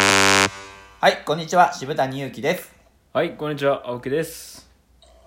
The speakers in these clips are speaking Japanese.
はい、こんにちは、渋谷祐樹です。はい、こんにちは、青木です。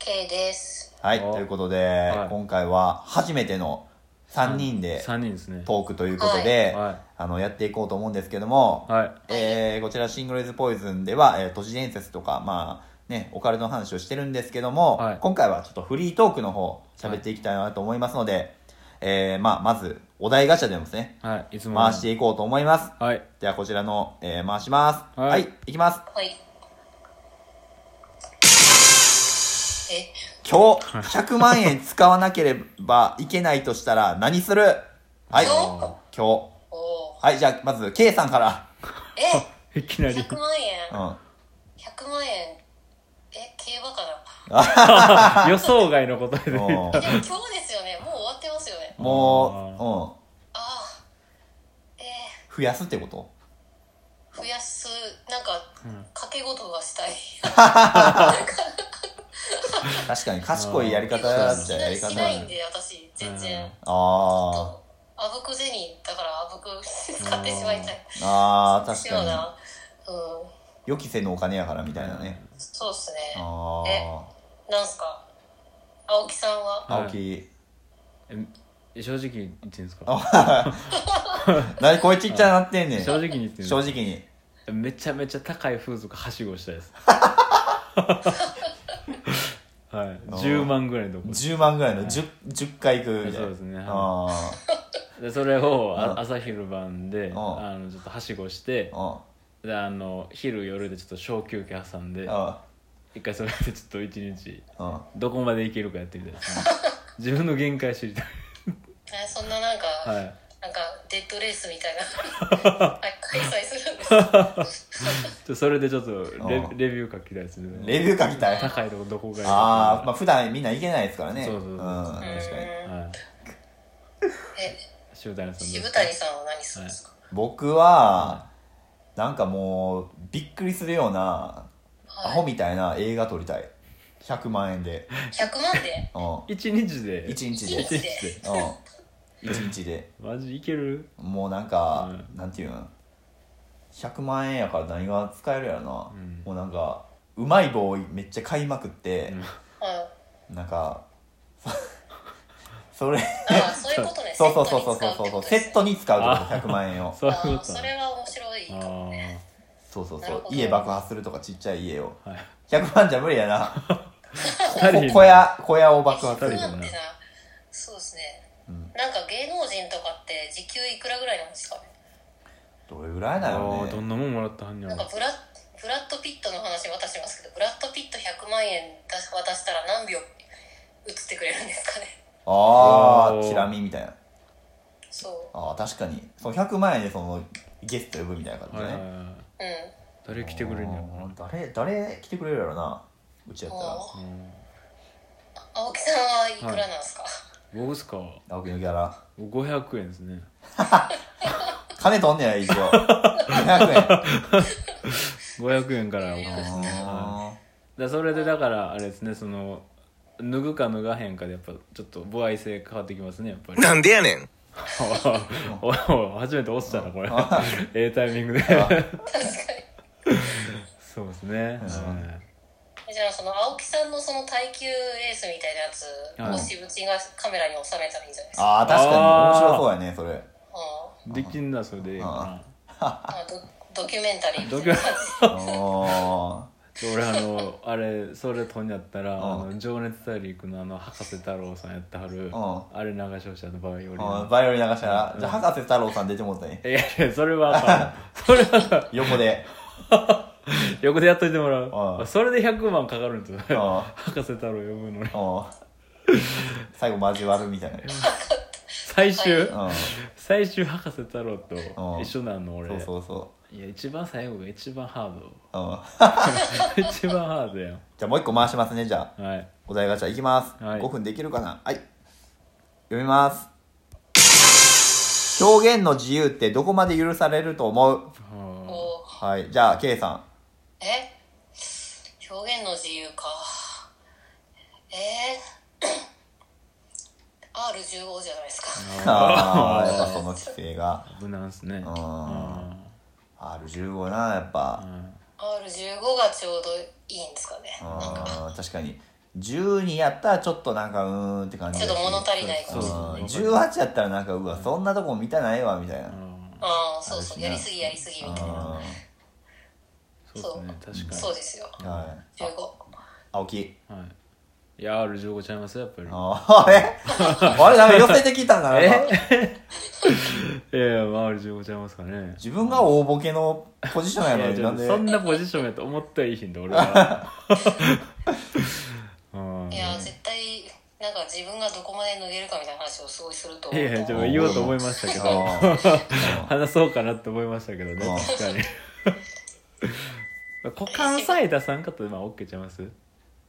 K です。はい、おということで、はい今回は初めての3人で3人ですね。トークということで、はいはいあの、やっていこうと思うんですけども、はえーこちらシングルイズポイズンでは、えー都市伝説とか、まあ、ね、オカルトの話をしてるんですけども、はい今回はちょっとフリートークの方、喋っていきたいなと思いますので、えーまあ、まず、お題ガチャでもですね、い。はい、いつも。回していこうと思います。はい。では、こちらの、えー回します。はいはい、いきます。はい。え、今日100万円使わなければいけないとしたら何するはい。今今日。おーはい、じゃあまず K さんから。え、い きなり。 100万円うん。 100万円え、競馬か予想外の答え で。もなでも今日ですよね。もう終わってますよねう、。もああ、えう、うん。増やすってことー、増やす、なんか、掛け事がしたい。確かに賢いやり方だっちゃやりし方なだいんね。で、私、全然。ああぶく銭、だからあぶく 使ってしまいたい。ー。あー、確しよかうな。うん。に。予期せぬお金やからみたいなね。そうっすね。あなんすか青木さんはー。青木。え正直に言っていいんですかあ何こいちっちゃなってんねん。正正直に言っていいんですか直に。めちゃめちゃ高い風俗はしごした いです。はい。10万ぐらいのとこ10万ぐらいの 10, 10回行くみたいな。そうですねはいあで。それをうんあ朝昼晩で、んあの、ちょっとはしごして、ー。うん。で、あの、昼夜でちょっと小休憩挟んで、う一回それでちょっと一日、ん。うん。どこまでいけるかやってみたいですね。自分の限界知りたい。えそんななんか、はい。なんかデッドレースみた いなはい開催するんですかちょそれでちょっとレうんレビュー書きたいですねレビュー書きたい。高いとこどこがいいのああ、まかあ普段みんな行けないですからね。、そうそうそうん確うかに。うんはいえ渋谷さんどうで渋すか谷さんは何するんですか、僕は、なんかもう、びっくりするような、アホみたいな映画撮りたい。100万円で。 100万 でうん。一日で1日一で。日でうん。1日で。マジいけるもうなんか、うなんていうの100万円やから何が使えるやろな。うんもうなんか、うまい棒めっちゃ買いまくって、はいなんか、 そそれ、ああそういうこと ねそうそうそうそうそうそうセットにに使うってこと100万円をそういう使うってここととですねああそれは面白いかあもそうそうなそるうほど家爆破するとかちっちゃい家をあはい100万じゃ無理やな二人いる小屋小屋を爆破す100る二人万ってなそうですね、うんなんか芸能人とかって時給いくらぐらいなんですかねどれぐらいなあのーどねんなもんもらったはんやなんろかブラブラッド・ピットの話またしますけどブラッド・ピット100万円出し渡したら何秒映ってくれるんですかねあおあーチラ見みたいなそああ確かにその100万円でそのゲスト呼ぶみたいな感じはでいはいねはいううん誰来てくれるんやろあー誰誰来てくれるやろなうちやったらもううん青木さんはいくらなんですか、僕っすか青木のギャラ500円ですね金取んねや一応200円500円からおう金んですねはあいだそれでだからあれですねその脱ぐか脱がへんかでやっぱちょっと歩合性変わってきますねやっぱりなんでやねんおお初めて落ちたなこれええタイミングでそうですね、はいじゃあその青木さんのその耐久レースみたいなやつはいをしぶちがカメラに収めたらいいんじゃないですか、あー確かに面白そうやねそれうんできんなそれでええかあドドキュメンタリーみたない度胸な あ俺あのあれそれとんやったら「あうの情熱大陸」のあの博士太郎さんやってはるんあれ流しをしたのバイオリンあバイオリン流したらじゃあ博士太郎さん出てもうたねいやいやそれはあかんそれはあかん横で横でやっといてもらううんそれで100万かかるんですよあ博士太郎呼ぶのにあ最後交わるみたいな最終うん最終博士太郎と一緒なの俺そうそうそいや一番最後が一番ハー ドう、うん、一番ハードやんじゃあもう一個回しますねじゃあはいお題ガチャいきます、はい5分できるかなはい読みます表現の自由ってどこまで許されると思うはおはいじゃあ K さえ表現の自由かえ ー、R15 じゃないですかんああやっぱその規制があ無難っすねうんあ R15 なやっぱあ R15 がちょうどいいんですかねなんかあー確かに12やったらちょっとなんかうーんって感じだしちょっと物足りないかうもしれないん18やったらなんかうわそんなとこ見たないわみたいな、うんああそうあそうるしなやりすぎやりすぎみたいあなそうですね確そうかですよーはい15青木に、はい、いや R15 ちゃいますやっぱりあー えあれなんか寄せてきたんだななんかいやいや、まあ R15 ちゃいますかね自分が大ボケのポジションやいのやにちなょっんとでそんなポジションやと思ったらいいひん で俺はうんいや絶対なんか自分がどこまで脱げるかみたいな話をすごいすると思いうやいやでも言おうと思いましたけどあー 話そうかなって思いましたけどねうん確かに 股間さえ出さんかったらまあ OK ちゃいます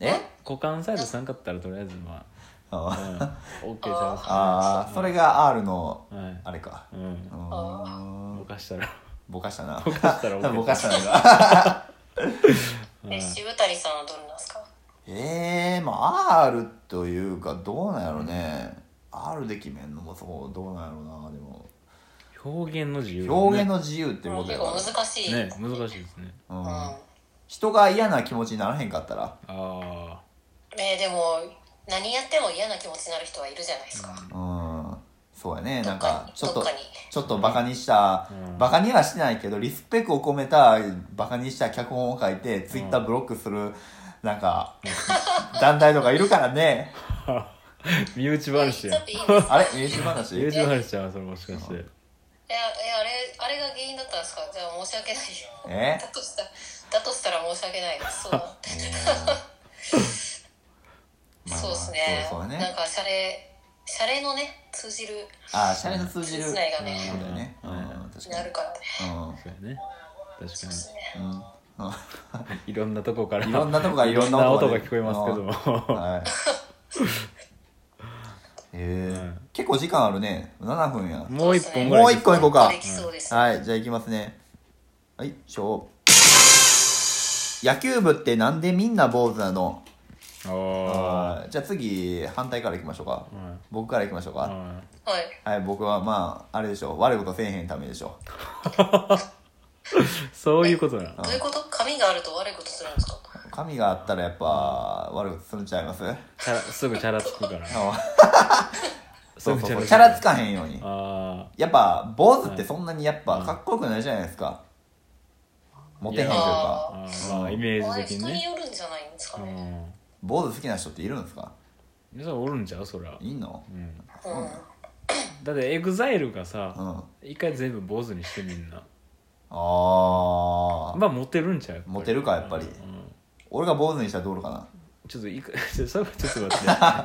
え股間さえ出さんかったらとりあえずまあーあ、うん、OK ちゃいますあーそれが R のはいあれかううんーんぼかしたらぼかしたなぼかしたらぼかしたな今うんえ渋谷さんはどれなんですかえー、まあ R というかどうなんやろね R で決めんのもそうどうなんやろなでも表現の自由だね表現の自由って結こ構とやから、難しい、ね難しいですねううんん、人が嫌な気持ちにならへんかったらあえーでも何やっても嫌な気持ちになる人はいるじゃないですか、うんそうやねどなんっかかにちょっとどっかにちょっとバカにした、うんバカにはしてないけどリスペクトを込めたバカにした脚本を書いてツイッターブロックするなんか団体とかいるからねあ身内話ちょやっといいんですかあれ優秀話身内話ちゃうそれもしかしていやえあれあれが原因だったんですかじゃあ申し訳ないえだとしただとしたら申し訳ないですそうだまあ そうですねそうそうねなんかシャレシャレのね通じるああシャレの通じるつないがねそうだよねうん確なかるからねにそうやね確そうですねうんうんうんかにいろんなとこからいろんなとこからいろんな音音がが出聞るこえますけども はいえーうん結構時間あるね7分やもう一本ぐらいもう一個いこうかできそうです、はい、じゃあ行きますね。はい、小。野球部ってなんでみんな坊主なのああーじゃあ次、反対から行きましょうか。あうん僕から行きましょうか。あははいい、僕はまあ、あれでしょう。悪いことせえへんためでしょそういうことなどういうこと髪があると悪いことするんですかう。髪があったらやっぱ、悪いことするんちゃいますチャラすぐチャラつくからあす そうぐそうそう。くチャラつかへんように。あやっぱ、坊主ってそんなにやっぱ、かっこよくないじゃないですか。モテへんというーか。あーまあイメーあれジ的人ににねよるんじゃないんですかうねん坊主好きな人っているんですか皆さんおるんちゃうそらいいのうんうん、だってエグザイルがうさん。一回全部坊主にしてみんなああ。まあモテるんちゃうやっぱりモテるかやっぱりうん俺が坊主にしたらどうかなちょっと一回 ちょそれはちょっと 待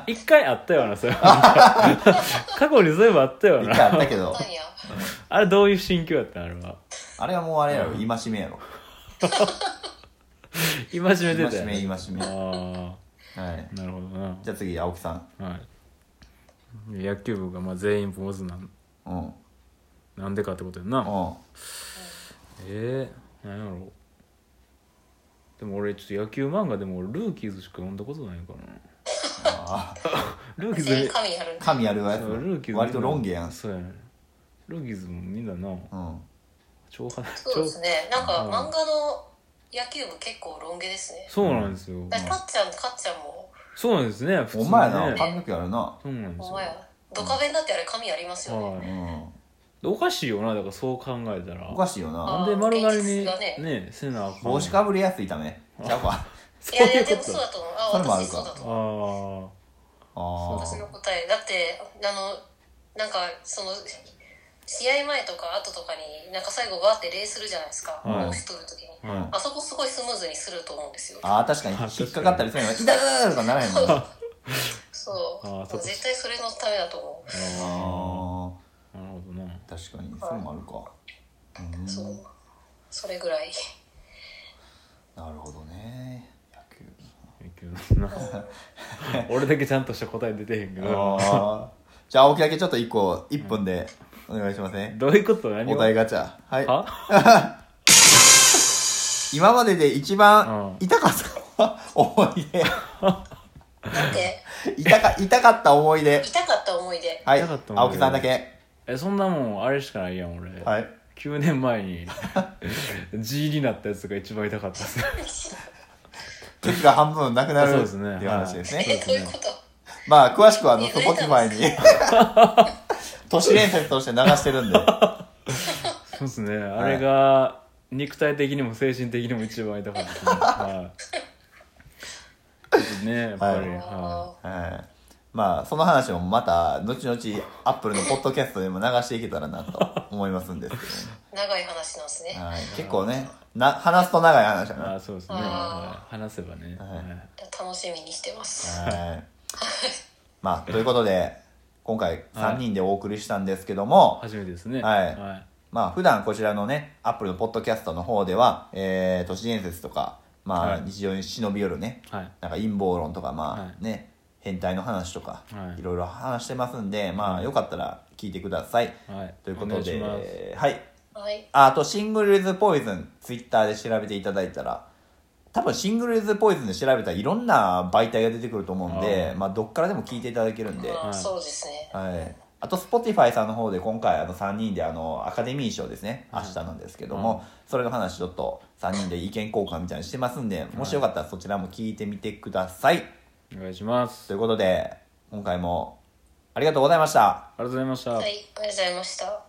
って一回あったよなそれ過去にそういえばあったよ一回あなったけど何やあれどういう心境やったんあれはあれはもうあれやろ戒めやろ戒め戒てめたよ戒めねはあいあなるほどなじゃあ次青木さんはい野球部がまあ全員坊主なんうんうんなんでかってことやんなあええなんやろうでも俺ちょっと野球漫画でも俺ルーキーズしか読んだことないからなあ ルーキー全員ズ髪やるんだ神やるやそうルーつキーズ割とロン毛やんそうやねルーキーズもみんななうん長髪そうですねなんかうん漫画の野球部結構ロン毛ですねそうなんですよ、だってたっちゃんかっちゃんもそうなんですね普通おにね前な髪の毛あるなそうなんですおよ前やドカベンだってあれ髪ありますよねうはんい、おかしいよなだからそう考えたおらかしいよななんで丸刈りに現実がねねせなあかん帽子かぶりやすいためちゃうわいやいやそういでうもこそうとだと思そうあれもある私かそうだと思うああ私のー答えだってあのなんかその試合前とか後とかになんか最後バーって礼するじゃないですかはい帽子取る時にあはいあそこすごいスムーズにすると思うんですよあー確かにあ確か引にっかかったりせんわ痛ーとかならへん もんあそうあーそうか絶対それのためだと思あああなるほどなー確かにそれもあるかうそうそれぐらいなるほどね野球野球のな 俺だけちゃんとした答え出てへんけどあーじゃあ青木だけちょっと1個1分でお願いしますね、どういうこと何お題がガチャはいは今までで一番う痛かった思い出 だって痛か痛かった思い出痛かった思 い出はい痛かった思青木い出さんだけえそんなもんあれしかないやん俺、 はい9年前に事 G になったやつが一番痛かったですね時が半分なくなる そうですねっていう話ですね、はいえどういうことまあ詳しくはあのえ Spotify に 都市伝説として流してるんでそうですねあれが肉体的にも精神的にも一番痛かったですねはいちょっとねやっぱり、はははいまあその話もまた後々アップルのポッドキャストでも流していけたらなと思いますんですけ長い話なんですねど、ねはい、結構ねな話すと長い話だい、な、あはあそうですね、あはい話せばね、はいはい楽しみにしてますい、まあということで今回3人でお送りしたんですけども、初めてですねはいはいまあ普段こちらのねアップルのポッドキャストの方では、えー、都市伝説とかまはあい日常に忍び寄るね、はいなんか陰謀論とかまはあね、変態の話とか、はいい、ろいろ話してますんでまあよかったら聞いてください、はいということお願いしますではいはいああとシングルズポイズンツイッターで調べていただいたら多分シングルズポイズンで調べたらいろんな媒体が出てくると思うんであーまあどっからでも聞いていただけるんで、まはあいそうですねはい、あと Spotify さんの方で今回あの3人であのアカデミー賞ですね明日なんですけども、うんそれの話ちょっと3人で意見交換みたいにしてますんでもしよかったらそちらも聞いてみてくださいお願いしますということで今回もありがとうございましたありがとうございました、はいありがとうございました